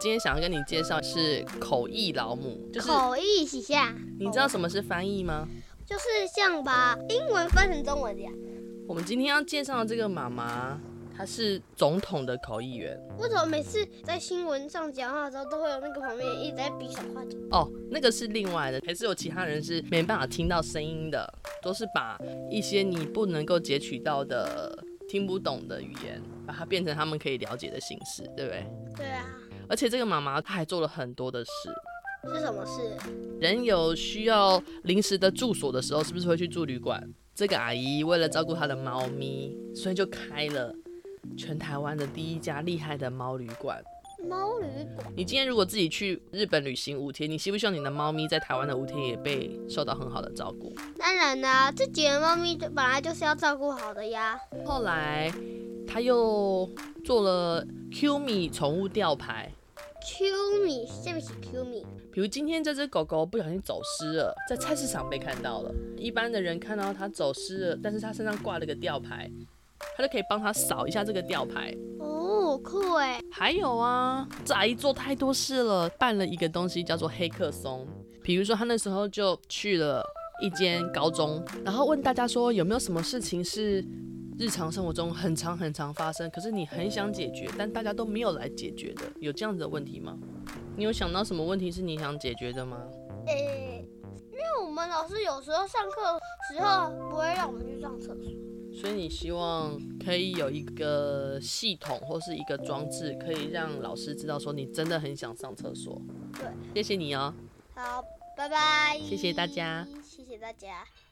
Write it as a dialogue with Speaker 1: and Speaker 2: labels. Speaker 1: 今天想要跟你介绍是口译老母，就是
Speaker 2: 口译一下，
Speaker 1: 你知道什么是翻译吗？
Speaker 2: 就是像把英文翻成中文这样。
Speaker 1: 我们今天要介绍的这个妈妈，她是总统的口译员
Speaker 2: 为什么每次在新闻上讲话的时候，都会有那个旁边一直在比手画脚？
Speaker 1: 哦，那个是另外的，还是有其他人是没办法听到声音的，都是把一些你不能够截取到的、听不懂的语言，把它变成他们可以了解的形式，对不对？
Speaker 2: 对啊，
Speaker 1: 而且这个妈妈她还做了很多的事，
Speaker 2: 是什么事？
Speaker 1: 人有需要临时的住所的时候，是不是会去住旅馆？这个阿姨为了照顾她的猫咪，所以就开了全台湾的第一家厉害的猫旅馆。
Speaker 2: 猫旅馆
Speaker 1: 你今天如果自己去日本旅行五天，你希不希望你的猫咪在台湾的五天也被受到很好的照顾？
Speaker 2: 当然啦、自己的猫咪就本来就是要照顾好的呀。
Speaker 1: 后来他又做了 Q 米宠物吊牌，
Speaker 2: Q 米，这不是 Q 米，
Speaker 1: 比如今天这只狗狗不小心走失了，在菜市场被看到了，一般的人看到它走失了，但是它身上挂了个吊牌，他就可以帮它扫一下这个吊牌。
Speaker 2: 哦，酷哎！
Speaker 1: 还有啊，这阿姨做太多事了，办了一个东西叫做黑客松。比如说，她那时候就去了一间高中，然后问大家说有没有什么事情是日常生活中很常很常发生，可是你很想解决，但大家都没有来解决的，有这样子的问题吗？你有想到什么问题是你想解决的吗？
Speaker 2: 诶，因为我们老师有时候上课时候不会让我们去上厕所，
Speaker 1: 所以你希望可以有一个系统或是一个装置，可以让老师知道说你真的很想上厕所。
Speaker 2: 对，
Speaker 1: 谢谢你哦。
Speaker 2: 好，拜拜，
Speaker 1: 谢谢大家，
Speaker 2: 谢谢大家。